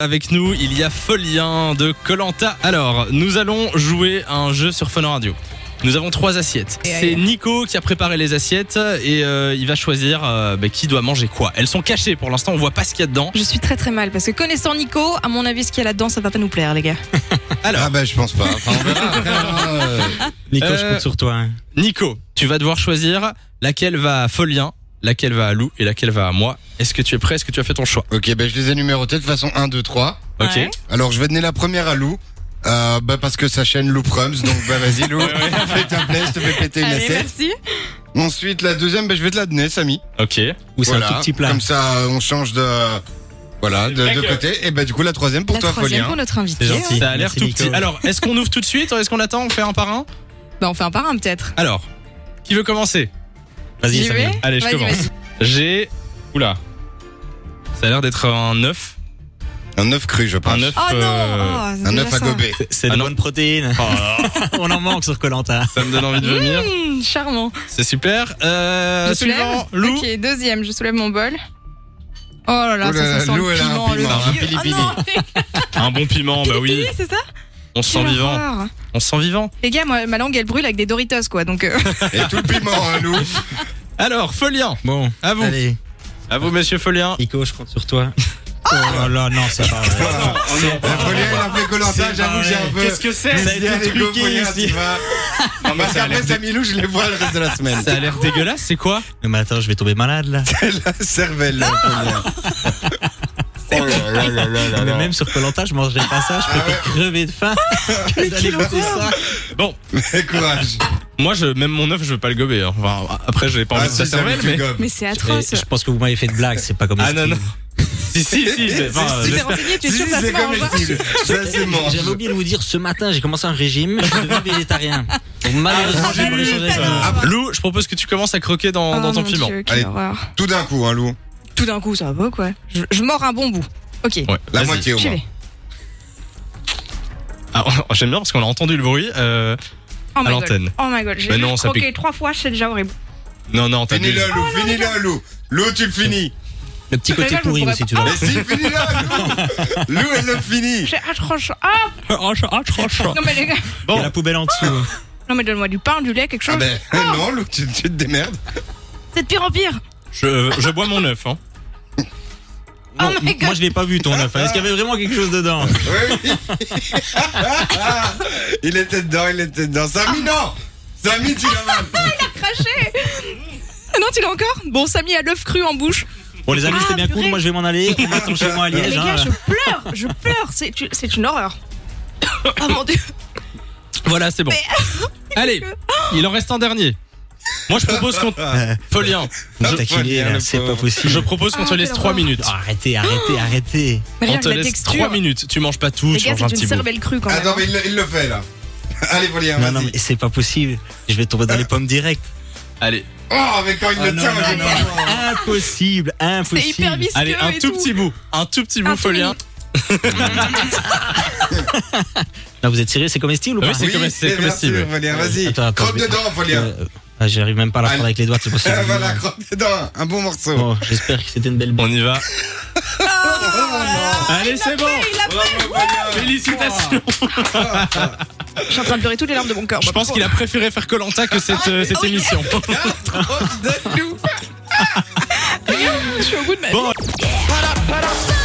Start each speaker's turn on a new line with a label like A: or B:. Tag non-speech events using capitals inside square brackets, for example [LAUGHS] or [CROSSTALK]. A: Avec nous, il y a Folien de Colanta. Alors, nous allons jouer à un jeu sur Fun Radio. Nous avons trois assiettes.
B: Et
A: C'est
B: aïe.
A: Nico qui a préparé les assiettes et euh, il va choisir euh, bah, qui doit manger quoi. Elles sont cachées pour l'instant, on voit pas ce qu'il y a dedans.
B: Je suis très très mal parce que connaissant Nico, à mon avis, ce qu'il y a là-dedans, ça va pas nous plaire, les gars.
A: Alors.
C: Ah bah je pense pas. Enfin, on verra [LAUGHS] après, hein, euh.
D: Nico,
A: Euh,
D: je compte sur toi. hein.
A: Nico, tu vas devoir choisir laquelle va à Folien, laquelle va à Lou et laquelle va à moi. Est-ce que tu es prêt Est-ce que tu as fait ton choix
C: Ok, bah je les ai numérotées de façon 1, 2, 3.
A: Ok.
B: Ouais.
C: Alors je vais donner la première à Lou. Euh, bah parce que sa chaîne Lou Prums, donc bah vas-y
D: [LAUGHS]
C: Lou, [LAUGHS] fais ta plaie, je te fais péter une assiette.
B: merci.
C: Ensuite la deuxième, bah je vais te la donner Samy.
A: Ok.
D: Ou c'est
C: Voilà,
D: un tout petit plat.
C: Comme ça euh, on change de... Voilà, de, de côté. Et bah du coup la troisième pour
B: La
C: toi
B: troisième
C: Folien.
B: pour notre invité.
D: C'est gentil.
A: Ça a l'air
D: Merci,
A: tout
D: Nico.
A: petit. Alors, est-ce qu'on ouvre tout de suite ou est-ce qu'on attend On fait un par un
B: Bah, on fait un par un peut-être.
A: Alors, qui veut commencer
D: Vas-y,
B: J'y vais
D: Samir.
A: Allez, je
B: Vas-y,
A: commence.
B: vas-y.
A: J'ai. Oula. Ça a l'air d'être un œuf.
C: Un œuf cru je pense.
A: Un œuf.
B: Oh
A: Euh,
B: non oh, c'est
C: Un œuf
B: déjà
C: à
B: ça.
C: gober.
D: C'est
A: Ah
D: de
A: non.
D: bonnes protéines. On en manque sur Colanta.
A: Ça me donne envie de venir.
B: Mmh, charmant.
A: C'est super. Euh,
B: je
A: suivant,
B: soulève.
A: Lou.
B: Ok, deuxième, je soulève mon bol. Oh là là,
C: Oh là
B: ça,
C: là,
B: ça sent
C: Lou,
B: le
C: elle a un
B: piment, le
C: piment, un
B: vieux.
C: pili-pili.
B: Ah non,
A: Un bon piment, bah oui.
B: pili-pili, c'est ça
A: On se sent
B: Quelle
A: vivant.
B: horreur.
A: On se sent vivant.
B: Les gars, moi, ma langue elle brûle avec des Doritos quoi, donc euh, [LAUGHS]
C: Et tout le piment
D: [LAUGHS]
C: hein, Lou.
A: Alors, Folien.
D: Bon.
A: À vous.
D: Allez,
A: À vous, monsieur Folien.
D: Nico, je compte sur toi. Oh là là, non, c'est pas vrai.
C: La Folien elle a fait Colanta,
D: C'est
C: j'avoue que j'ai un
D: pareil.
C: peu...
A: que
C: Je
D: Ça
C: me
D: a
C: dis,
D: été
C: allez, go,
D: truqué
C: Folien,
D: ici.
C: tu [LAUGHS] vas. Parce qu'après Samy Lou je les vois le reste de la semaine.
A: Ça a l'air dégueulasse, c'est quoi
D: Non, mais attends, je vais tomber malade là.
C: la cervelle, la première. [LAUGHS] Oh là là là là là
D: Mais
C: là.
D: même sur Colanta, je mangerai pas ça. Je préfère crever de faim que d'aller goûter ça.
A: Bon,
C: Mais courage.
A: moi, je, même mon œuf, je veux pas le gober. hein. Enfin, après, je vais pas envie
C: Ah,
A: de sa
C: si, Samy,
A: cervelle,
C: tu
A: mais.
C: gobes.
B: mais c'est
D: Et
B: atroce.
D: je pense que vous m'avez fait de blague. C'est pas comme
A: Ah non,
D: [LAUGHS]
A: non. si, si, si. c'est- enfin,
B: Tu t'es
A: j'espère-
B: renseigné, tu es
C: Si,
B: sûr que ça se
C: c'est
B: mange hein
C: comestible. Ça se mange.
D: J'avais oublié de vous dire, ce matin, j'ai commencé un régime. Je suis devenu végétarien. Donc, malheureusement,
B: Ah,
D: j'ai pas les changer
B: zut, alors.
D: ça.
A: Lou, je propose que tu commences à croquer dans,
B: Ah
A: dans ton
B: mon
A: piment.
B: Dieu, quelle
C: Allez.
B: horreur.
C: Tout d'un coup, hein, Lou.
B: Tout d'un coup, ça va quoi. Je, je mords un bon bout. Ok,
A: Ouais,
C: La
A: vas-y.
C: moitié au
B: j'y
C: moins.
B: vais.
A: Ah, [LAUGHS] J'aime bien parce qu'on a entendu le bruit. euh,
B: Oh my
A: à
B: god.
A: l'antenne.
B: Oh my god,
A: Mais
B: j'ai
A: non,
B: juste
A: ça
B: croqué trois fois, c'est déjà horrible.
A: Non, non, t'as
C: Finis-le, Lou. Finis-le, Lou. Lou, tu le finis.
D: Le petit
B: Mais
D: côté
B: là, je
D: pourri
B: pourrais
D: aussi,
B: pas.
D: tu vois.
C: Mais si, finis-le, Lou. Lou, elle le finit.
B: J'ai atroche. Ah Non mais les gars,
D: Il y a la poubelle en dessous.
B: non mais donne-moi du pain, du lait, quelque chose.
C: Ah ben, non, Lou, tu, tu te démerdes.
B: C'est de pire en pire.
A: Je, je bois mon œuf. Hein.
B: Oh
D: Bon,
B: my God.
D: moi, je l'ai pas vu ton œuf. hein. Est-ce qu'il y avait vraiment quelque chose dedans
C: Oui. [LAUGHS] il était dedans, il était dedans. Samy, non. Samy, tu l'avales.
B: Craché. Ah non, tu l'as encore Bon, Samy a l'œuf cru en bouche.
D: Bon, les amis,
B: Ah,
D: c'était bien
B: purée.
D: cool. Moi, je vais m'en aller. On m'attend chez moi à
B: les
D: Liège.
B: gars,
D: hein.
A: euh.
B: je pleure, je pleure. C'est tu- c'est une horreur. Oh mon dieu.
A: Voilà, c'est bon.
B: [LAUGHS]
A: [LAUGHS] Allez, il en reste un dernier. Moi, je propose qu'on. Folien,
D: Non,
C: Je-
D: t'as kiné,
C: Folien,
D: là,
C: le
D: c'est pas
C: pauvre.
D: possible.
A: je propose qu'on
B: Ah,
A: te laisse
B: quelle
A: 3
B: horreur.
A: minutes.
D: Oh, arrêtez, arrêtez, arrêtez.
A: On
B: Mais regarde
A: te
B: la
A: laisse
B: texture.
A: 3 minutes. Tu manges pas tout,
B: Les
A: tu
B: gars,
A: manges un
B: c'est une
A: petit bout.
B: cervelle crue quand même.
C: Attends, mais il le, il le fait, là. [LAUGHS] Allez, Folien,
A: Ah,
D: Non, non,
C: vas-y.
D: mais c'est pas possible. Je vais tomber dans les pommes directes.
A: Allez,
C: Oh, mais
D: Ah,
C: quand il le tient, moi, je me-
D: Impossible, impossible.
B: C'est hyper visqueux
A: allez, un
B: et
A: tout
B: tout.
A: petit bout. Un tout petit
B: Un
A: bout,
B: tout
A: Folien.
B: mini.
D: Non, vous êtes sérieux, c'est comestible ou pas
A: Ah Oui, c'est hein. commes- c'est
C: bien
A: comestible.
C: sûr, Folien, vas-y.
D: Attends, attends,
C: Croque
D: je vais-
C: dedans, Folien.
D: Euh, ah, J'arrive même pas à la prendre avec les doigts, c'est possible.
A: [LAUGHS]
C: [LAUGHS] Voilà, croque dedans. Un bon morceau.
D: Bon, j'espère que c'était une belle
A: On y
B: [LAUGHS]
A: va. [LAUGHS] Allez, c'est bon.
B: Ah, Il a-
C: Bravo, Folien.
A: Félicitations.
B: Je suis en train de pleurer toutes les larmes de mon cœur.
A: Je pense qu'il a préféré faire Colanta que cette, euh, cette
B: oui.
A: émission.
C: Ah, croque dedans.
B: Je suis au bout de ma vie.
A: Bon,